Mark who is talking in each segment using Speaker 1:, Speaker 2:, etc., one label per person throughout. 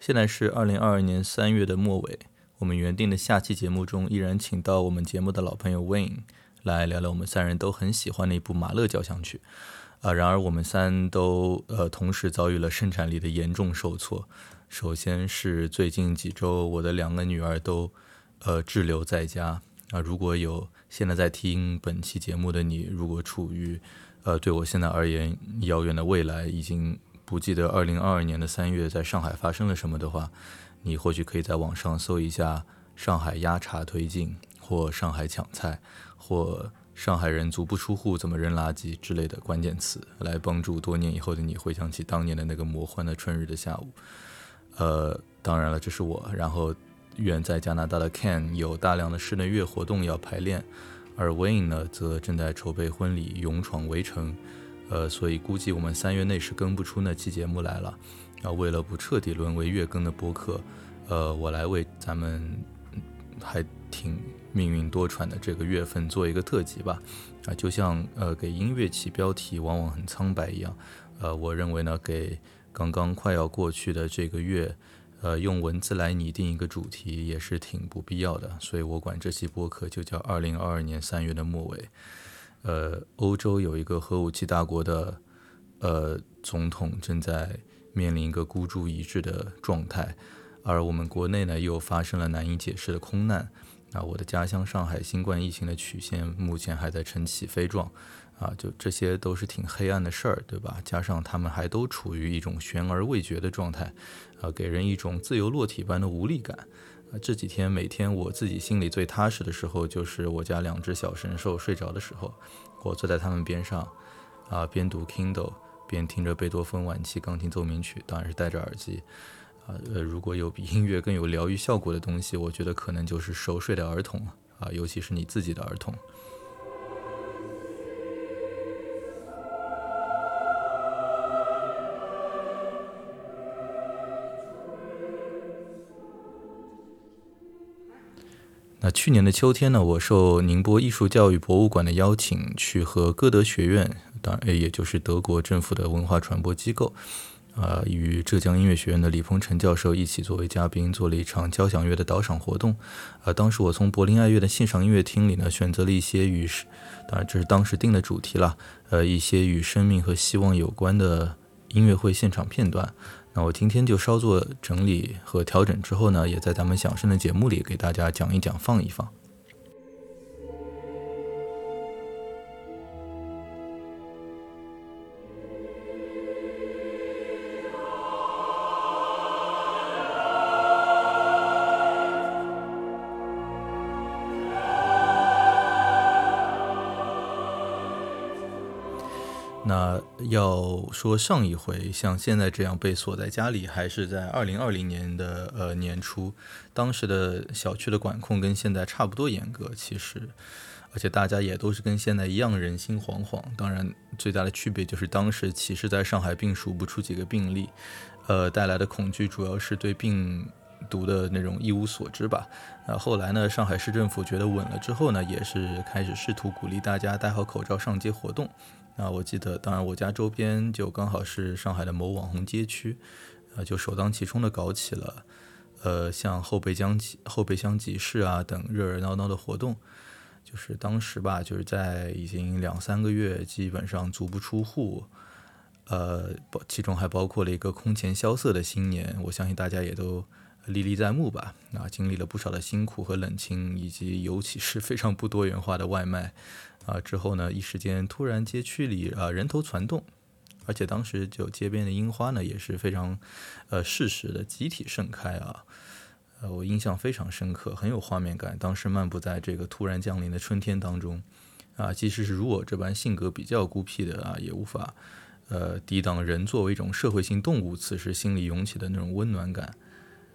Speaker 1: 现在是二零二二年三月的末尾，我们原定的下期节目中依然请到我们节目的老朋友 Wayne 来聊聊我们三人都很喜欢的一部马勒交响曲。啊、然而我们三都呃同时遭遇了生产力的严重受挫。首先是最近几周，我的两个女儿都呃滞留在家。啊、如果有现在在听本期节目的你，如果处于呃对我现在而言遥远的未来，已经不记得二零二二年的三月在上海发生了什么的话，你或许可以在网上搜一下“上海压茶推进”或“上海抢菜”或“上海人足不出户怎么扔垃圾”之类的关键词，来帮助多年以后的你回想起当年的那个魔幻的春日的下午。呃，当然了，这是我。然后，远在加拿大的 Ken 有大量的室内乐活动要排练，而 Wayne 呢，则正在筹备婚礼，勇闯围城。呃，所以估计我们三月内是更不出那期节目来了。那为了不彻底沦为月更的播客，呃，我来为咱们嗯还挺命运多舛的这个月份做一个特辑吧。啊、就像呃给音乐起标题往往很苍白一样，呃，我认为呢，给刚刚快要过去的这个月，呃，用文字来拟定一个主题也是挺不必要的，所以我管这期播客就叫二零二二年三月的末尾。呃，欧洲有一个核武器大国的呃总统正在面临一个孤注一掷的状态，而我们国内呢又发生了难以解释的空难。那我的家乡上海新冠疫情的曲线目前还在呈起飞状，啊，就这些都是挺黑暗的事儿，对吧？加上他们还都处于一种悬而未决的状态，啊，给人一种自由落体般的无力感。啊，这几天每天我自己心里最踏实的时候，就是我家两只小神兽睡着的时候，我坐在它们边上，啊，边读 Kindle，边听着贝多芬晚期钢琴奏鸣曲，当然是戴着耳机。啊，呃，如果有比音乐更有疗愈效果的东西，我觉得可能就是熟睡的儿童了啊，尤其是你自己的儿童。那去年的秋天呢，我受宁波艺术教育博物馆的邀请，去和歌德学院，当然呃也就是德国政府的文化传播机构，呃，与浙江音乐学院的李鹏程教授一起作为嘉宾，做了一场交响乐的导赏活动。呃，当时我从柏林爱乐的欣赏音乐厅里呢，选择了一些与，当然这是当时定的主题啦，呃，一些与生命和希望有关的音乐会现场片段。那我今天就稍作整理和调整之后呢，也在咱们响声的节目里给大家讲一讲、放一放。那要说上一回像现在这样被锁在家里，还是在二零二零年的呃年初，当时的小区的管控跟现在差不多严格，其实，而且大家也都是跟现在一样人心惶惶。当然，最大的区别就是当时其实在上海并数不出几个病例，呃，带来的恐惧主要是对病毒的那种一无所知吧。那后来呢，上海市政府觉得稳了之后呢，也是开始试图鼓励大家戴好口罩上街活动。那啊我记得，当然我家周边就刚好是上海的某网红街区，呃，就首当其冲的搞起了，呃，像后备箱集、后备箱集市啊等热热闹闹的活动。就是当时吧，就是在已经两三个月基本上足不出户，呃，包其中还包括了一个空前萧瑟的新年，我相信大家也都历历在目吧。啊，经历了不少的辛苦和冷清，以及尤其是非常不多元化的外卖。啊，之后呢，一时间突然街区里啊人头攒动，而且当时就街边的樱花呢也是非常，呃适时的集体盛开啊，呃我印象非常深刻，很有画面感。当时漫步在这个突然降临的春天当中，啊，即使是如我这般性格比较孤僻的啊，也无法，呃抵挡人作为一种社会性动物此时心里涌起的那种温暖感。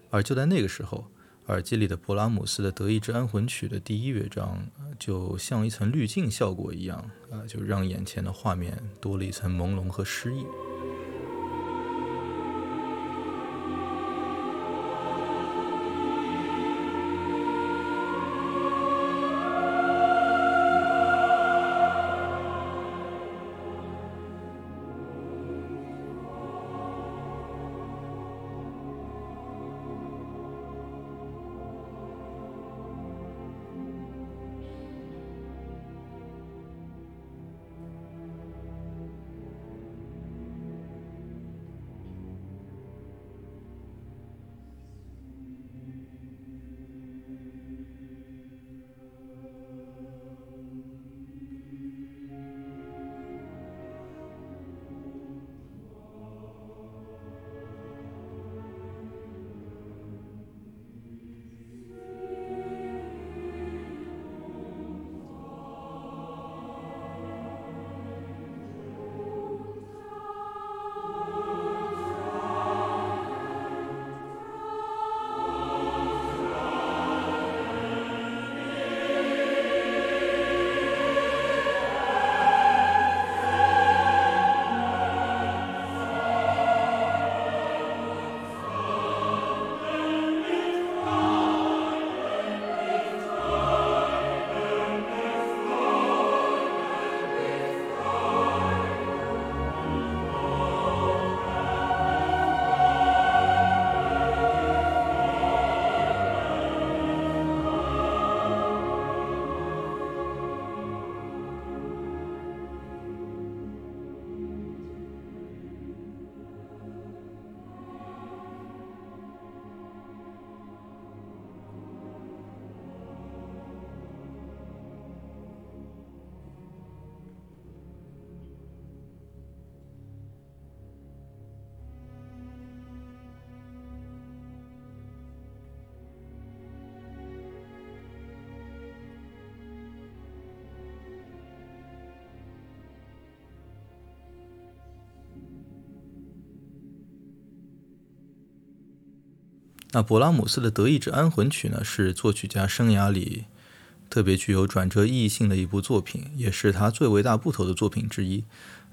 Speaker 1: 而就在那个时候，耳机里的勃拉姆斯的《德意志安魂曲》的第一乐章，呃就像一层滤镜效果一样，啊、就让眼前的画面多了一层朦胧和诗意。那勃拉姆斯的《德意志安魂曲》呢，是作曲家生涯里特别具有转折意义性的一部作品，也是他最为大部头的作品之一。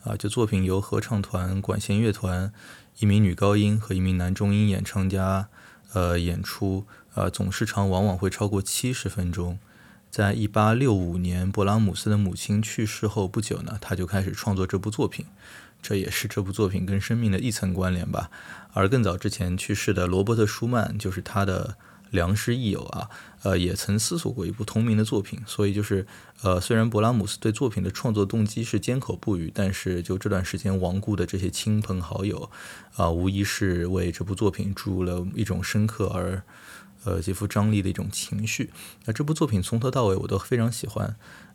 Speaker 1: 啊，这作品由合唱团、管弦乐团、一名女高音和一名男中音演唱家呃演出，呃，总时长往往会超过七十分钟。在一八六五年，勃拉姆斯的母亲去世后不久呢，他就开始创作这部作品，这也是这部作品跟生命的一层关联吧。而更早之前去世的罗伯特·舒曼就是他的良师益友啊，呃，也曾思索过一部同名的作品。所以就是，呃，虽然勃拉姆斯对作品的创作动机是缄口不语，但是就这段时间亡故的这些亲朋好友，啊、无疑是为这部作品注入了一种深刻而。呃，极富张力的一种情绪。那这部作品从头到尾我都非常喜欢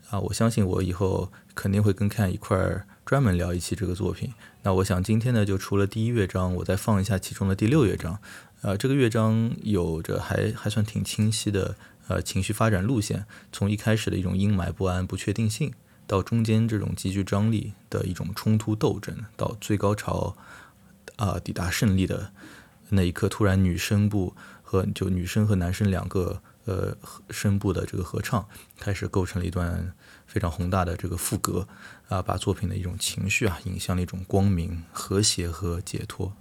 Speaker 1: 啊！我相信我以后肯定会跟看一块儿专门聊一期这个作品。那我想今天呢，就除了第一乐章，我再放一下其中的第六乐章。呃，这个乐章有着还还算挺清晰的呃情绪发展路线，从一开始的一种阴霾、不安、不确定性，到中间这种极具张力的一种冲突斗争，到最高潮啊、抵达胜利的那一刻，突然女声部和就女生和男生两个呃合声部的这个合唱开始构成了一段非常宏大的这个赋格啊，把作品的一种情绪啊引向了一种光明、和谐和解脱。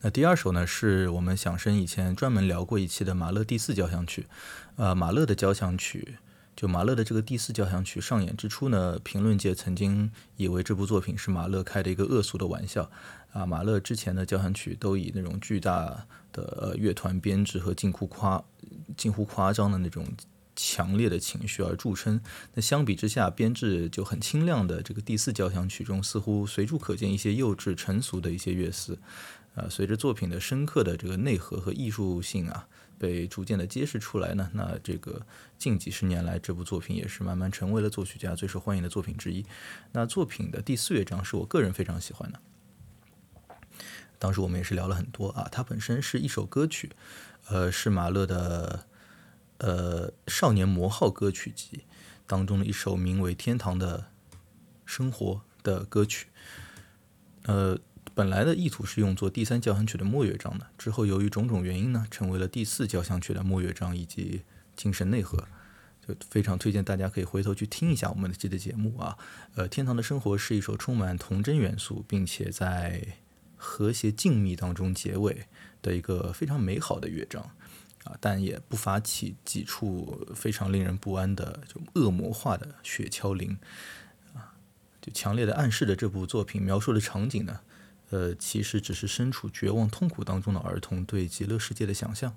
Speaker 1: 那第二首呢，是我们响声以前专门聊过一期的马勒第四交响曲。呃，马勒的交响曲，就马勒的这个第四交响曲上演之初呢，评论界曾经以为这部作品是马勒开的一个恶俗的玩笑。啊，马勒之前的交响曲都以那种巨大的、呃、乐团编制和近乎夸近乎夸张的那种。强烈的情绪而著称。那相比之下，编制就很清亮的这个第四交响曲中，似乎随处可见一些幼稚成熟的一些乐思。呃，随着作品的深刻的这个内核和艺术性啊，被逐渐的揭示出来呢，那这个近几十年来，这部作品也是慢慢成为了作曲家最受欢迎的作品之一。那作品的第四乐章是我个人非常喜欢的。当时我们也是聊了很多啊，它本身是一首歌曲，呃，是马勒的。呃，《少年魔号歌曲集》当中的一首名为《天堂的生活》的歌曲。呃，本来的意图是用作第三交响曲的末乐章的，之后由于种种原因呢，成为了第四交响曲的末乐章以及精神内核。就非常推荐大家可以回头去听一下我们的这期节目啊。呃，《天堂的生活》是一首充满童真元素，并且在和谐静谧当中结尾的一个非常美好的乐章。啊，但也不乏起几处非常令人不安的就恶魔化的雪橇铃，啊，就强烈的暗示着这部作品描述的场景呢，呃，其实只是身处绝望痛苦当中的儿童对极乐世界的想象。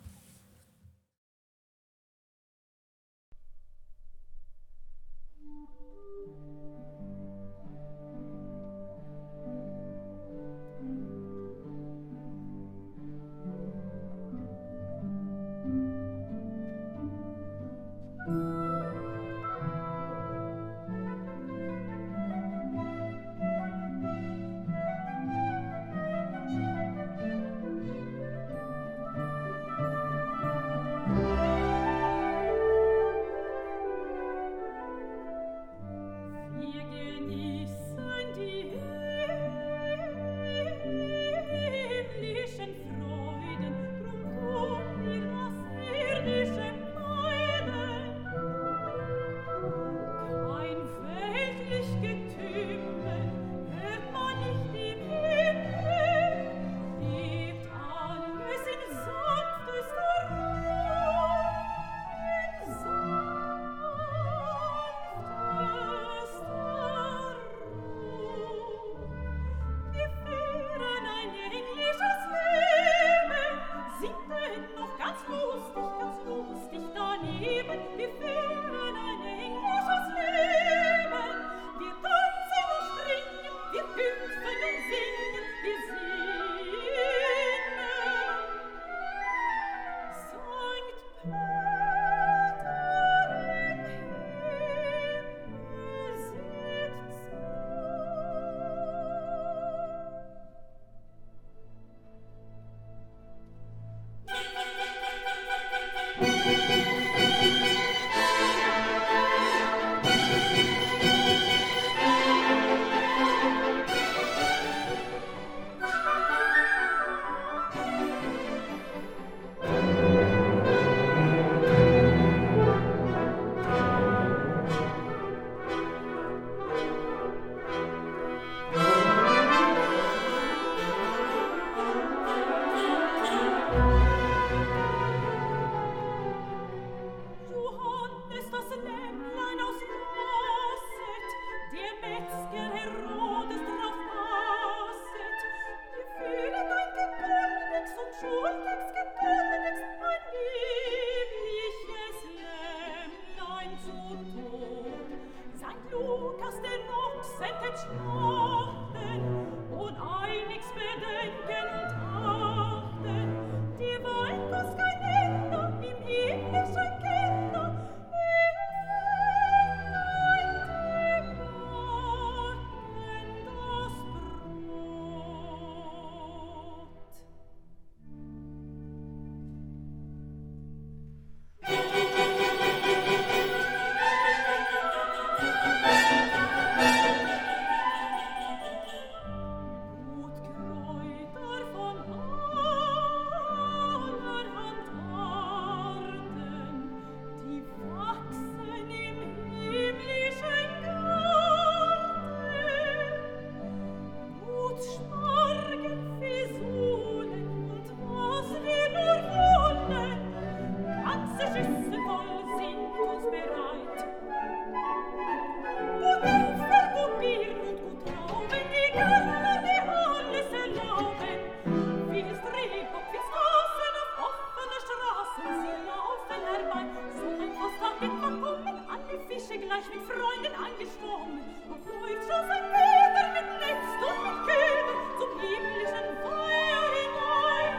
Speaker 2: herbei, suchen vor Starken verkommen, alle Fische gleich mit Freunden angeschwommen. Und läuft schon sein Boden mit Netz und mit Köder zum himmlischen Feuer hinein.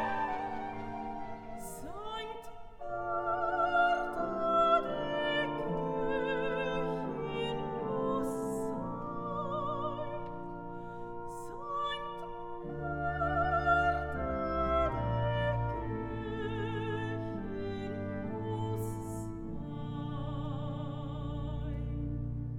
Speaker 2: Sankt Martha der Kirchen muss sein. Sankt Thank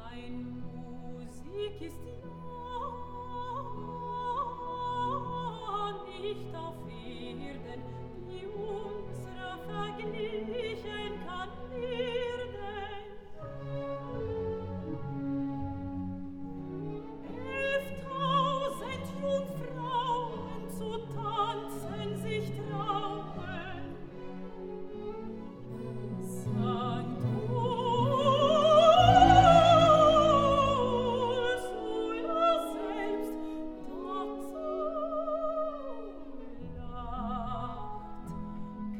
Speaker 2: Kein Musik ist ja nicht auf Erden, die unsere verglichen kann werden. Elftausend Jungfrauen zu tanzen sich trauen, Sankt Ursula selbst dazu lacht.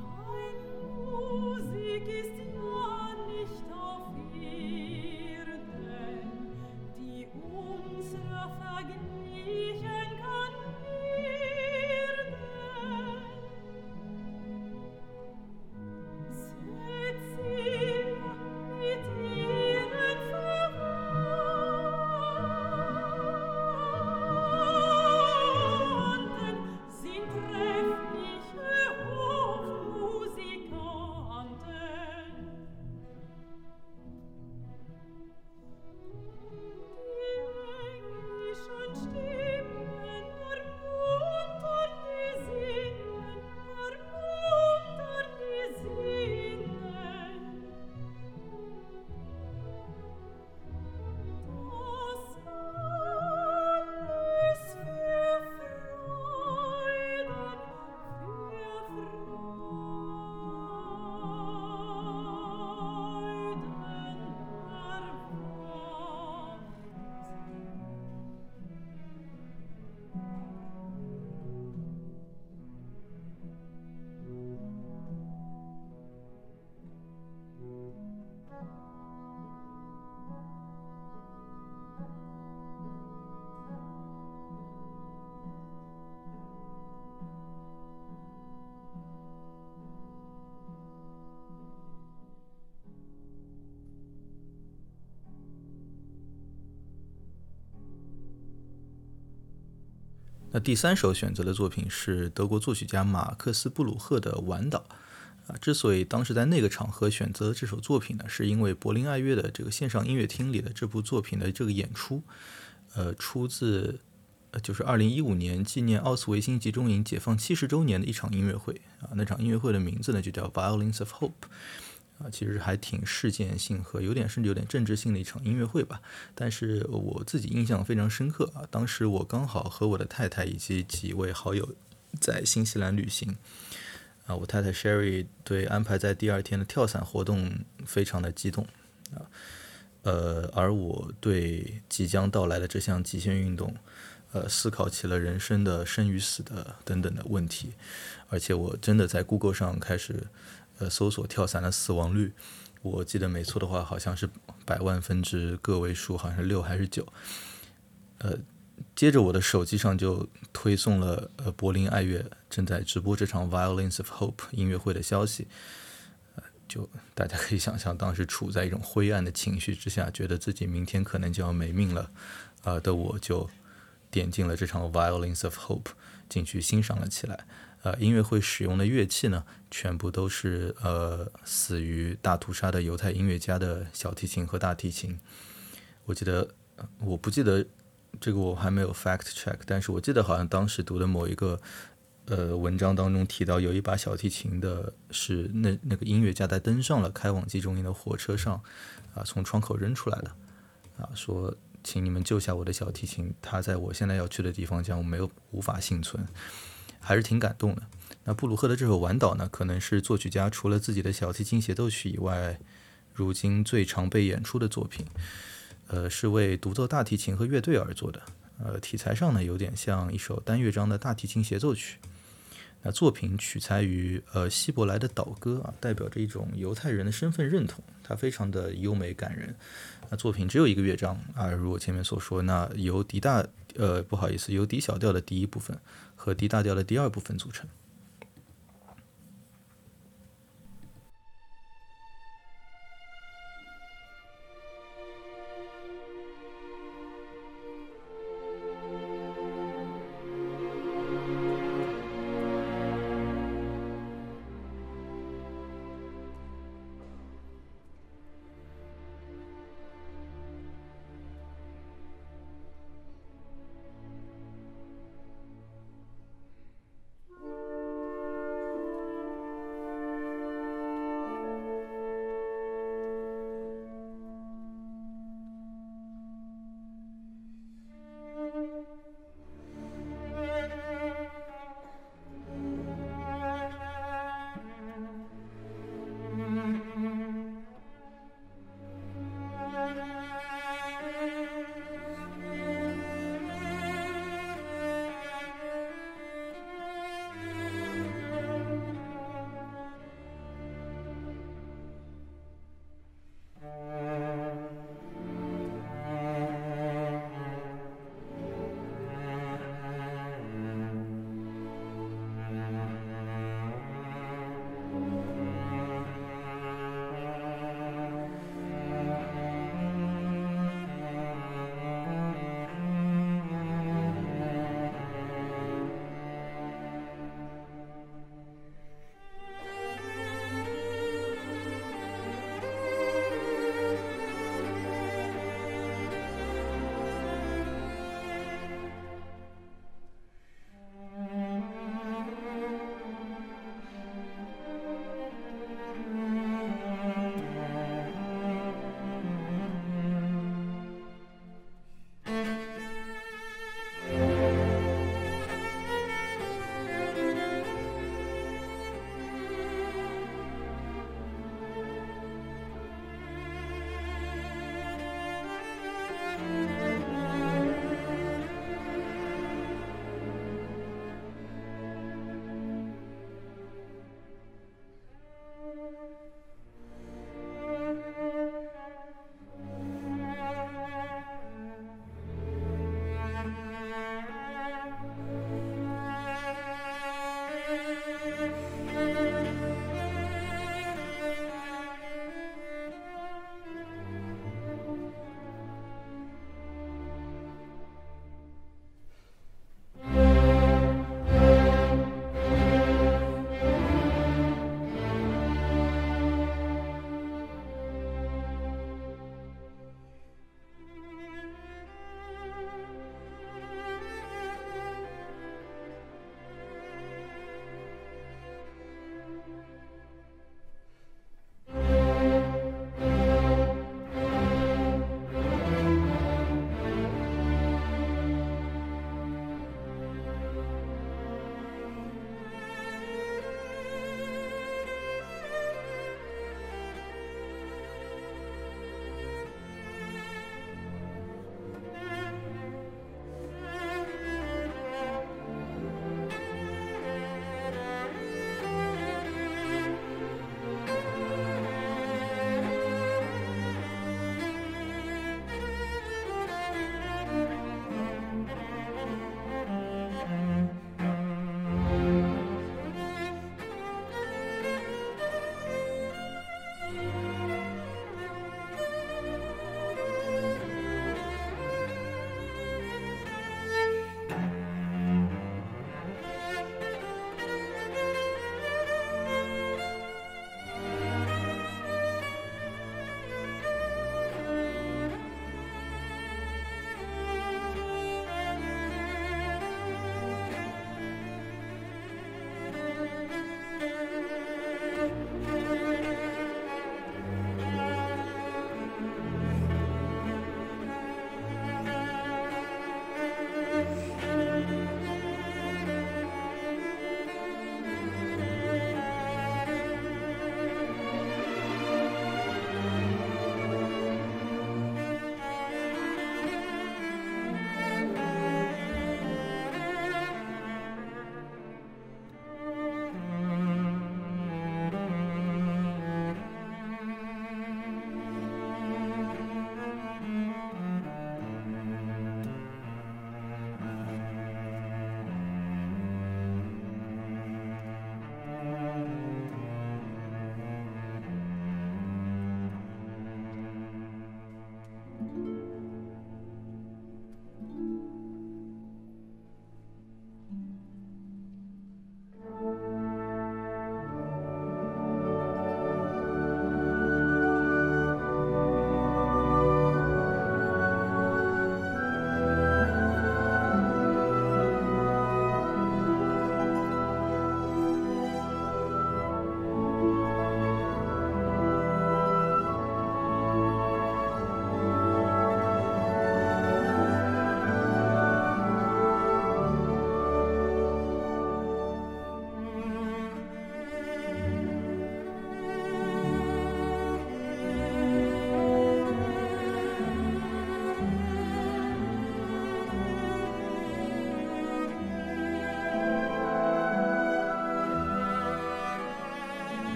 Speaker 2: Kein Musik ist ja nicht auf Erden, die unsere verglichen kann werden. Stimmen ermuntern die Singen, ermuntern die Singen. Das alles für Freuden, für Freuden erwacht.
Speaker 1: 那第三首选择的作品是德国作曲家马克思·布鲁赫的《晚岛》。啊，之所以当时在那个场合选择这首作品呢，是因为柏林爱乐的这个线上音乐厅里的这部作品的这个演出，呃，出自呃就是二零一五年纪念奥斯维辛集中营解放七十周年的一场音乐会啊。那场音乐会的名字呢就叫《Violins of Hope》。啊，其实还挺事件性和有点甚至有点政治性的一场音乐会吧。但是我自己印象非常深刻啊，当时我刚好和我的太太以及几位好友在新西兰旅行，啊，我太太 Sherry 对安排在第二天的跳伞活动非常的激动啊，呃，而我对即将到来的这项极限运动，呃，思考起了人生的生与死的等等的问题，而且我真的在 Google 上开始呃搜索跳伞的死亡率，我记得没错的话，好像是百万分之个位数，好像是六还是九，呃，接着我的手机上就推送了呃柏林爱乐正在直播这场 Violence of Hope 音乐会的消息，呃就大家可以想象，当时处在一种灰暗的情绪之下，觉得自己明天可能就要没命了，呃的我就点进了这场 Violence of Hope 进去欣赏了起来。呃，音乐会使用的乐器呢，全部都是呃死于大屠杀的犹太音乐家的小提琴和大提琴。我记得，呃我不记得这个我还没有 fact check，但是我记得好像当时读的某一个呃文章当中提到，有一把小提琴的是那那个音乐家在登上了开往集中营的火车上，啊，从窗口扔出来的，啊，说请你们救下我的小提琴，它在我现在要去的地方将没有无法幸存，还是挺感动的。那布鲁赫的这首《晚岛》呢，可能是作曲家除了自己的小提琴协奏曲以外，如今最常被演出的作品。呃，是为独奏大提琴和乐队而做的。呃，题材上呢，有点像一首单乐章的大提琴协奏曲。那作品取材于呃希伯来的祷歌啊，代表着一种犹太人的身份认同，它非常的优美感人。那作品只有一个乐章啊，如我前面所说，那由D 大呃不好意思，由 D 小调的第一部分和 D 大调的第二部分组成。
Speaker 2: Thank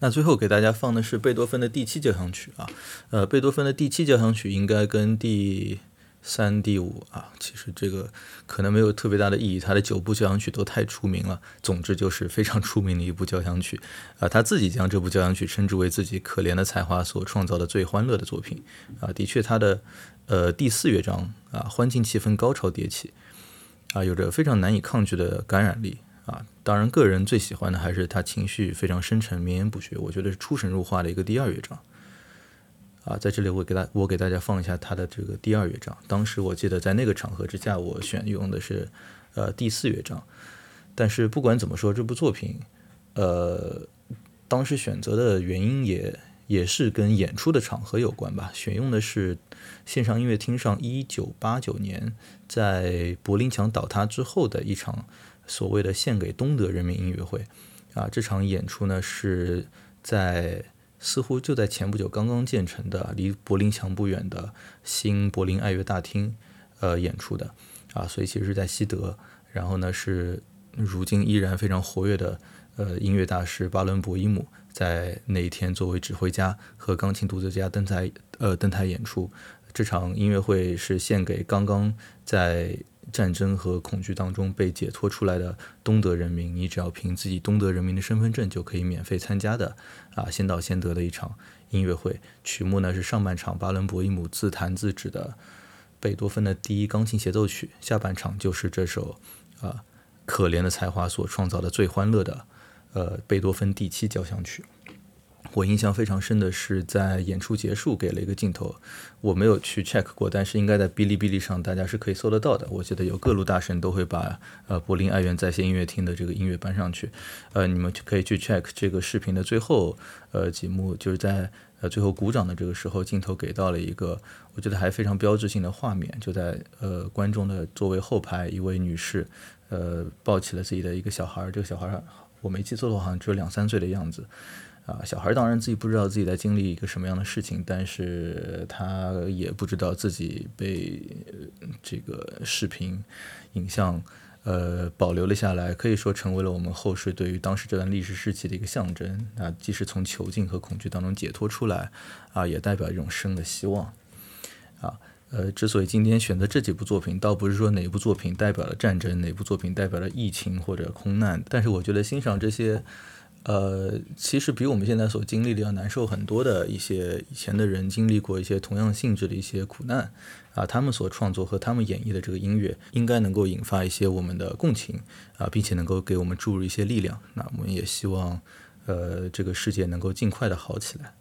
Speaker 1: 那最后给大家放的是贝多芬的第七交响曲啊，呃，贝多芬的第七交响曲应该跟第三、第五啊，其实这个可能没有特别大的意义，他的九部交响曲都太出名了。总之就是非常出名的一部交响曲啊、他自己将这部交响曲称之为自己可怜的才华所创造的最欢乐的作品啊、的确，他的呃第四乐章啊、欢庆气氛高潮迭起，啊，有着非常难以抗拒的感染力啊。当然，个人最喜欢的还是他情绪非常深沉、绵延不绝，我觉得是出神入化的一个第二乐章。啊，在这里我给大我给大家放一下他的这个第二乐章。当时我记得在那个场合之下，我选用的是呃第四乐章。但是不管怎么说，这部作品，呃，当时选择的原因也也是跟演出的场合有关吧。选用的是线上音乐厅上一九八九年在柏林墙倒塌之后的一场所谓的献给东德人民音乐会。啊，这场演出呢是在似乎就在前不久刚刚建成的离柏林墙不远的新柏林爱乐大厅，呃，演出的。啊，所以其实是在西德，然后呢是如今依然非常活跃的呃音乐大师巴伦博伊姆在那一天作为指挥家和钢琴独奏家登台呃登台演出。这场音乐会是献给刚刚在战争和恐惧当中被解脱出来的东德人民，你只要凭自己东德人民的身份证就可以免费参加的啊，先到先得的一场音乐会。曲目呢是上半场巴伦博伊姆自弹自指的贝多芬的第一钢琴协奏曲，下半场就是这首啊、呃可怜的才华所创造的最欢乐的呃贝多芬第七交响曲。我印象非常深的是，在演出结束给了一个镜头，我没有去 check 过，但是应该在哔哩哔哩上大家是可以搜得到的。我记得有各路大神都会把呃柏林爱乐在线音乐厅的这个音乐搬上去，呃，你们就可以去 check 这个视频的最后呃几幕，就是在呃最后鼓掌的这个时候，镜头给到了一个我觉得还非常标志性的画面，就在呃观众的座位后排，一位女士呃抱起了自己的一个小孩儿，这个小孩儿我没记错的话，好像只有两三岁的样子。啊，小孩儿当然自己不知道自己在经历一个什么样的事情，但是他也不知道自己被呃这个视频、影像呃保留了下来，可以说成为了我们后世对于当时这段历史时期的一个象征。啊，既是从囚禁和恐惧当中解脱出来，啊，也代表一种生的希望。啊，呃，之所以今天选择这几部作品，倒不是说哪部作品代表了战争，哪部作品代表了疫情或者空难，但是我觉得欣赏这些，呃，其实比我们现在所经历的要难受很多的一些以前的人经历过一些同样性质的一些苦难，啊，他们所创作和他们演绎的这个音乐，应该能够引发一些我们的共情，啊，并且能够给我们注入一些力量。那我们也希望，呃，这个世界能够尽快的好起来。